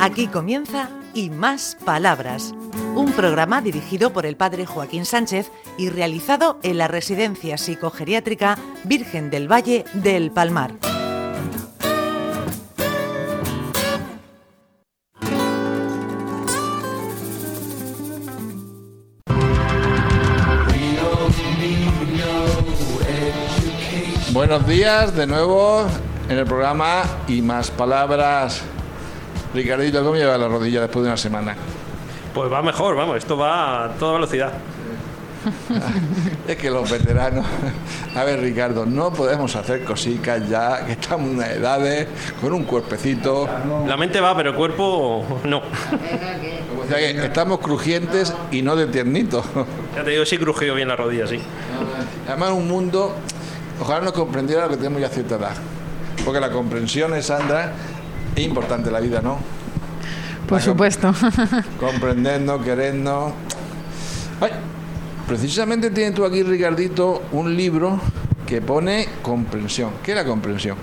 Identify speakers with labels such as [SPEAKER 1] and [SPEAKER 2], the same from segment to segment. [SPEAKER 1] Aquí comienza Y Más Palabras, un programa dirigido por el padre Joaquín Sánchez y realizado en la Residencia Psicogeriátrica Virgen del Valle del Palmar.
[SPEAKER 2] Buenos días de nuevo en el programa y más palabras. Ricardito, ¿cómo lleva la rodilla después de una semana?
[SPEAKER 3] Pues va mejor, vamos, esto va a toda velocidad.
[SPEAKER 2] Es que los veteranos. A ver, Ricardo, no podemos hacer cositas ya, que estamos en unas edades, con un cuerpecito.
[SPEAKER 3] La mente va, pero el cuerpo no.
[SPEAKER 2] O sea que estamos crujientes y no de tiernitos.
[SPEAKER 3] Ya te digo, sí crujió bien la rodilla, sí.
[SPEAKER 2] Además, un mundo, ojalá nos comprendiera lo que tenemos ya a cierta edad. Porque la comprensión es, Sandra, es importante en la vida, ¿no?
[SPEAKER 4] Por supuesto.
[SPEAKER 2] Comprendernos, querernos. Ay, precisamente tienes tú aquí, Ricardito, un libro que pone comprensión. ¿Qué es la comprensión?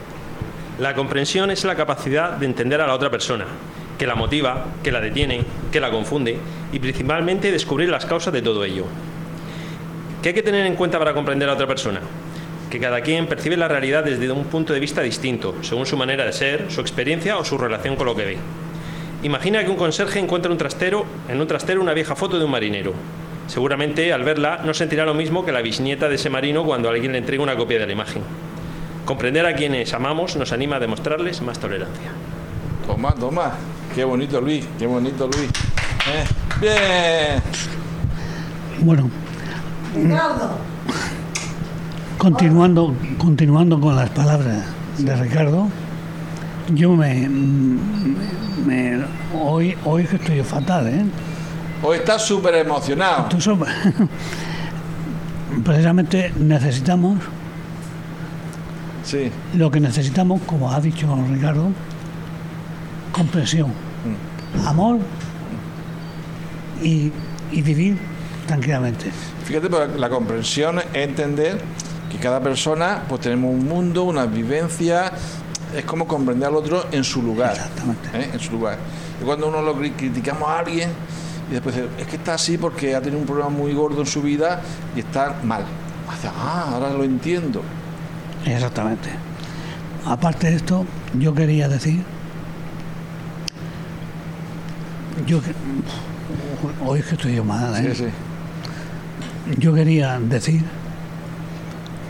[SPEAKER 3] La comprensión es la capacidad de entender a la otra persona, que la motiva, que la detiene, que la confunde y principalmente descubrir las causas de todo ello. ¿Qué hay que tener en cuenta para comprender a otra persona? Que cada quien percibe la realidad desde un punto de vista distinto, según su manera de ser, su experiencia o su relación con lo que ve. Imagina que un conserje encuentra un trastero, en un trastero una vieja foto de un marinero. Seguramente al verla no sentirá lo mismo que la bisnieta de ese marino cuando alguien le entrega una copia de la imagen. Comprender a quienes amamos nos anima a demostrarles más tolerancia.
[SPEAKER 2] Toma, toma. Qué bonito, Luis. Qué bonito, Luis. Eh, Bien.
[SPEAKER 5] Bueno, continuando, continuando con las palabras de Ricardo, yo me, mm, me- hoy, hoy que estoy fatal, ¿eh?
[SPEAKER 2] Hoy estás súper emocionado.
[SPEAKER 5] Tú so- precisamente necesitamos
[SPEAKER 2] Sí.
[SPEAKER 5] lo que necesitamos, como ha dicho Ricardo, comprensión, amor y, y vivir tranquilamente.
[SPEAKER 2] Fíjate, pero la comprensión es entender que cada persona, pues tenemos un mundo, una vivencia, es como comprender al otro en su lugar.
[SPEAKER 5] Exactamente.
[SPEAKER 2] ¿eh? En su lugar. Y cuando uno lo cri- criticamos a alguien y después dice, es que está así porque ha tenido un problema muy gordo en su vida y está mal. Hace, ah, ahora lo entiendo.
[SPEAKER 5] Exactamente. Aparte de esto, yo quería decir. Yo que- hoy es que estoy yo mal, ¿eh?
[SPEAKER 2] Sí, sí.
[SPEAKER 5] Yo quería decir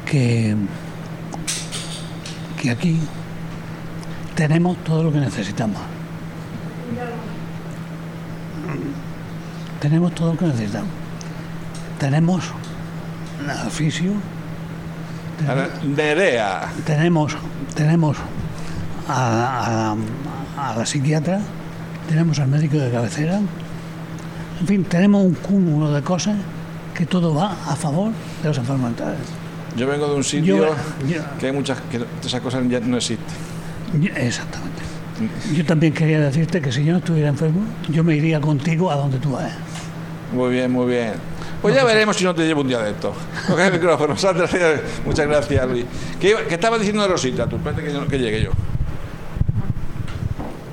[SPEAKER 5] que, que aquí tenemos todo lo que necesitamos. Tenemos todo lo que necesitamos. Tenemos el oficio,
[SPEAKER 2] Ahora, Nerea.
[SPEAKER 5] tenemos tenemos a, a- a la psiquiatra, tenemos al médico de cabecera, en fin, tenemos un cúmulo de cosas que todo va a favor de los enfermos mentales.
[SPEAKER 2] Yo vengo de un sitio
[SPEAKER 5] Yo- yo-
[SPEAKER 2] que hay muchas, que esas cosas ya no existen.
[SPEAKER 5] Yo- Exactamente. Yo también quería decirte que si yo no estuviera enfermo, yo me iría contigo a donde tú vayas.
[SPEAKER 2] Muy bien, muy bien. Pues ya veremos si no te llevo un día de esto. Coge el micrófono, Sandra. Muchas gracias, Luis. ¿Qué, iba- qué estabas diciendo de Rosita? Tú, espérate que, yo- que llegue yo.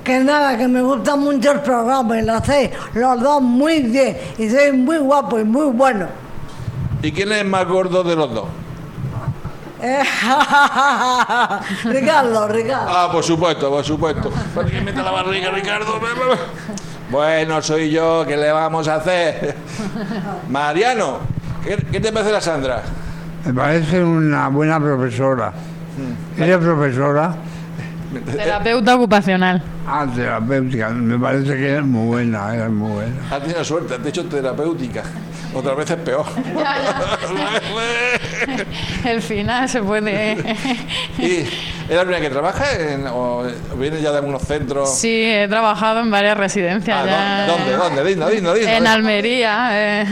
[SPEAKER 6] Que nada, que me gusta mucho el programa y lo hacéis los dos muy bien y soy muy guapo y muy bueno.
[SPEAKER 2] ¿Y quién es más gordo de los dos?
[SPEAKER 6] Eh, Ricardo, Ricardo.
[SPEAKER 2] Ah, por supuesto, por supuesto. Pero ¿Quién mete la barriga, Ricardo? Bueno, soy yo, ¿qué le vamos a hacer? Mariano, ¿qué, qué te parece la Sandra?
[SPEAKER 7] Me parece una buena profesora. Ella es profesora
[SPEAKER 4] Terapeuta ocupacional.
[SPEAKER 7] ah, terapéutica. Me parece que es muy buena, era muy buena.
[SPEAKER 2] Has tenido suerte, has hecho terapéutica. Otra vez es peor.
[SPEAKER 4] El final se puede.
[SPEAKER 2] ¿Y es la primera que trabaja en- o viene ya de algunos centros?
[SPEAKER 4] Sí, he trabajado en varias residencias.
[SPEAKER 2] Ah,
[SPEAKER 4] ya.
[SPEAKER 2] ¿dó- ¿Dónde? ¿Dónde? Dino, dino, dino.
[SPEAKER 4] En
[SPEAKER 2] dino.
[SPEAKER 4] Almería. eh.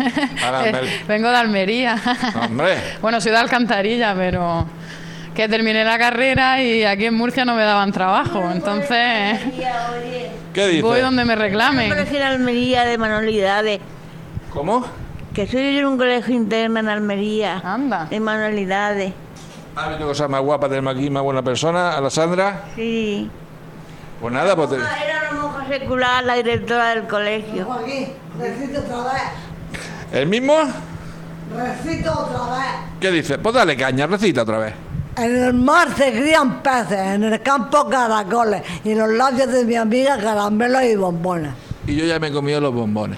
[SPEAKER 2] Ah, en Almería.
[SPEAKER 4] Vengo de Almería.
[SPEAKER 2] Ah. Hombre.
[SPEAKER 4] Bueno, soy de Alcantarilla, pero que terminé la carrera y aquí en Murcia no me daban trabajo. Entonces,
[SPEAKER 2] ¿Qué dices?
[SPEAKER 4] voy donde me reclamen.
[SPEAKER 8] colegio en Almería de manualidades.
[SPEAKER 2] ¿Cómo?
[SPEAKER 8] Que soy yo en un colegio interno en Almería.
[SPEAKER 9] Ah.
[SPEAKER 4] Anda.
[SPEAKER 8] De manualidades.
[SPEAKER 2] Ha venido cosas más guapas, tenemos aquí más buena persona, a la Sandra.
[SPEAKER 8] Sí. Ah,
[SPEAKER 2] Pues nada, pues te-
[SPEAKER 8] Era la mujer secular, la directora del colegio.
[SPEAKER 6] Joaquín, recito otra vez.
[SPEAKER 2] ¿El mismo?
[SPEAKER 6] Recito otra vez.
[SPEAKER 2] ¿Qué dice? Pues dale caña, recita otra vez.
[SPEAKER 6] En el mar se crían peces, en el campo caracoles y en los labios de mi amiga caramelos y bombones.
[SPEAKER 2] Y yo ya me he comido los bombones.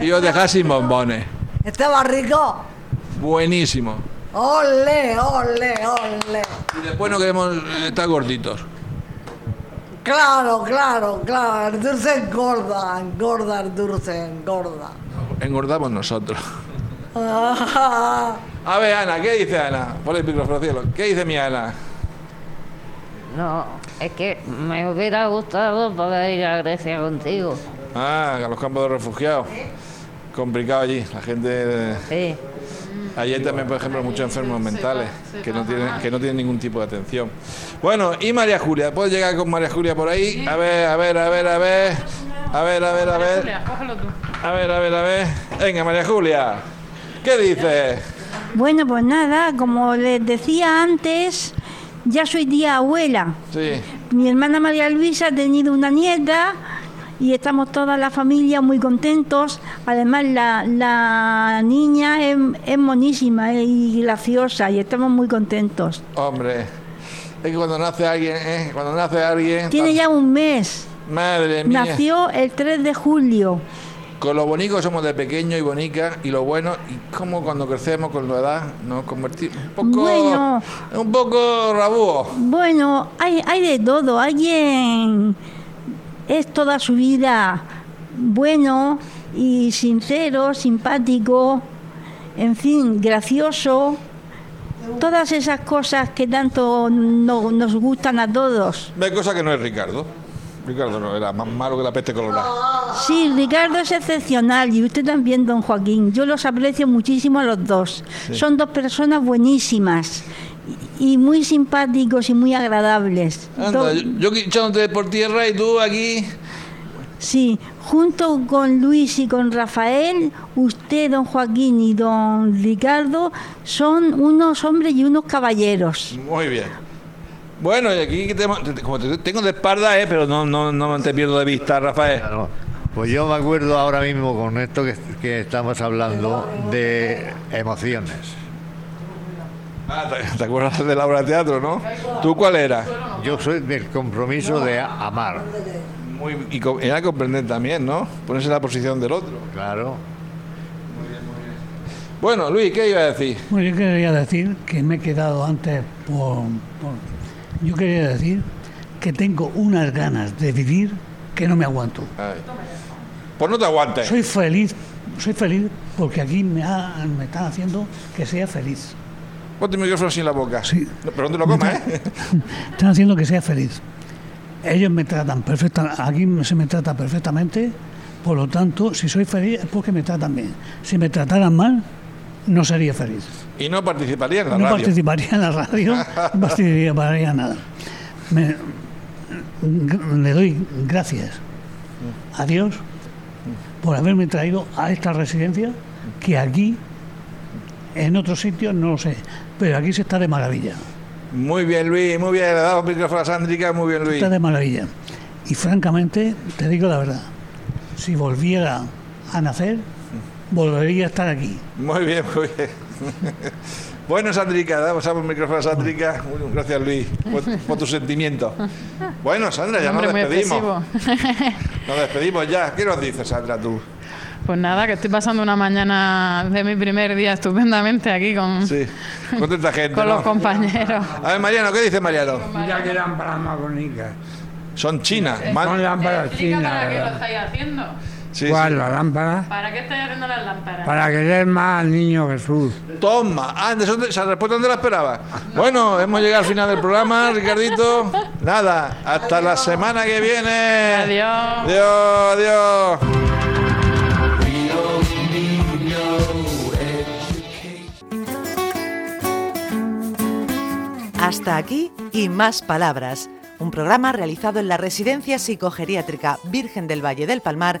[SPEAKER 2] Y os dejáis sin bombones.
[SPEAKER 6] Estaba rico.
[SPEAKER 2] Buenísimo.
[SPEAKER 6] Ole, ole, ole.
[SPEAKER 2] Y después no queremos eh, estar gorditos.
[SPEAKER 6] Claro, claro, claro. El dulce engorda, engorda el dulce, engorda.
[SPEAKER 2] Engordamos nosotros. A ver, Ana, ¿qué dice Ana? Por el micrófono, cielo. ¿Qué dice mi Ana?
[SPEAKER 9] No, es que me hubiera gustado poder ir a Grecia contigo.
[SPEAKER 2] Ah, a los campos de refugiados. Complicado allí. La gente. eh,
[SPEAKER 9] Sí.
[SPEAKER 2] Allí hay también, por ejemplo, muchos enfermos mentales que no tienen, que no tienen ningún tipo de atención. Bueno, y María Julia, ¿puedo llegar con María Julia por ahí? A ver, a ver, a ver, a ver. A ver, a ver, a ver.
[SPEAKER 4] Julia, cógelo tú.
[SPEAKER 2] A ver, a ver, a ver. Venga, María Julia. ¿Qué dices?
[SPEAKER 10] Bueno, pues nada, como les decía antes, ya soy tía abuela.
[SPEAKER 2] Sí.
[SPEAKER 10] Mi hermana María Luisa ha tenido una nieta y estamos toda la familia muy contentos. Además, la, la niña es, es monísima y graciosa y estamos muy contentos.
[SPEAKER 2] Hombre. Es que cuando nace alguien, ¿eh? Cuando nace alguien.
[SPEAKER 10] Tiene ya un mes.
[SPEAKER 2] Madre mía.
[SPEAKER 10] Nació el 3 de julio.
[SPEAKER 2] Con lo bonito que somos de pequeño y bonica y lo bueno y cómo cuando crecemos con la edad nos convertimos un poco
[SPEAKER 10] Bueno.
[SPEAKER 2] un poco rabúo.
[SPEAKER 10] Bueno, hay, hay de todo. Hay quien es toda su vida bueno y sincero, simpático, en fin, gracioso. Todas esas cosas que tanto no- nos gustan a todos.
[SPEAKER 2] Ve cosa que no es Ricardo. Ricardo no era más malo que la peste colorada.
[SPEAKER 10] Sí, Ricardo es excepcional y usted también, don Joaquín. Yo los aprecio muchísimo a los dos. Son dos personas buenísimas y, y muy simpáticos y muy agradables.
[SPEAKER 2] Anda,
[SPEAKER 10] Dos-
[SPEAKER 2] yo, yo echándote por tierra y tú aquí.
[SPEAKER 10] Sí, junto con Luis y con Rafael, usted, don Joaquín y don Ricardo son unos hombres y unos caballeros.
[SPEAKER 2] Muy bien. Bueno, y aquí que tenemos- te- te- como te tengo de espalda, eh, pero no, no, no te pierdo de vista, Rafael.
[SPEAKER 11] Claro. Pues yo me acuerdo ahora mismo con esto que, que estamos hablando de emociones.
[SPEAKER 2] Ah, te, te acuerdas de la obra de teatro, ¿no? ¿Tú cuál era?
[SPEAKER 11] Yo soy del compromiso de a- amar,
[SPEAKER 2] Muy, y co- era comprender también, ¿no? Ponerse en la posición del otro.
[SPEAKER 11] claro.
[SPEAKER 2] Bueno, Luis, ¿qué iba a decir?
[SPEAKER 5] Bueno, yo quería decir que me he quedado antes por, por- Yo quería decir que tengo unas ganas de vivir que no me aguanto.
[SPEAKER 2] Ay. Pues no te aguantes.
[SPEAKER 5] Soy feliz, soy feliz porque aquí me, ha- me están haciendo que sea feliz.
[SPEAKER 2] Ponte el micrófono así en la boca.
[SPEAKER 5] Sí.
[SPEAKER 2] No, pero no te lo comas, ¿eh?
[SPEAKER 5] Están haciendo que sea feliz. Ellos me tratan perfectamente, aquí se me trata perfectamente, por lo tanto, si soy feliz es porque me tratan bien. Si me trataran mal, no sería feliz.
[SPEAKER 2] Y no participaría en la
[SPEAKER 5] no
[SPEAKER 2] radio.
[SPEAKER 5] participaría en la radio, no participaría en nada. Me- le doy gracias a Dios por haberme traído a esta residencia que aquí, en otros sitios, no lo sé, pero aquí se está de maravilla.
[SPEAKER 2] Muy bien, Luis, muy bien. Le damos micrófono a Sándrica, muy bien,
[SPEAKER 5] Se
[SPEAKER 2] Luis.
[SPEAKER 5] está de maravilla. Y francamente, te digo la verdad, si volviera a nacer, volvería a estar aquí.
[SPEAKER 2] Muy bien, muy bien. bueno, Sándrica, damos damos el micrófono a Sándrica. Muy bien, Gracias, Luis, por, por tus sentimientos. Bueno, Sandra, ya nos
[SPEAKER 4] Hombre, muy
[SPEAKER 2] despedimos.
[SPEAKER 4] expresivo.
[SPEAKER 2] Nos despedimos ya. ¿Qué nos dices, Sandra, tú?
[SPEAKER 4] Pues nada, que estoy pasando una mañana de mi primer día estupendamente aquí con,
[SPEAKER 2] Sí, con tanta gente.
[SPEAKER 4] con los
[SPEAKER 2] ¿no?
[SPEAKER 4] compañeros.
[SPEAKER 2] A ver, Mariano, ¿qué dice Mariano?
[SPEAKER 7] Mira que lámparas más bonitas.
[SPEAKER 2] Son
[SPEAKER 4] Eh,
[SPEAKER 2] chinas. man-
[SPEAKER 7] Son lámparas
[SPEAKER 4] Explica
[SPEAKER 7] chinas.
[SPEAKER 4] para qué lo
[SPEAKER 7] ¿verdad?
[SPEAKER 4] estáis haciendo.
[SPEAKER 2] Sí, sí.
[SPEAKER 7] ¿Cuál? La lámpara.
[SPEAKER 4] ¿Para qué estáis haciendo las lámparas?
[SPEAKER 7] Para querer más al niño Jesús.
[SPEAKER 2] Toma, antes, esa respuesta no te la esperaba. Bueno, hemos llegado al final del programa, Ricardito. Nada, hasta la semana que viene.
[SPEAKER 4] Adiós.
[SPEAKER 2] Adiós, adiós.
[SPEAKER 1] Hasta aquí Y Más Palabras, un programa realizado en la Residencia Psicogeriátrica Virgen del Valle del Palmar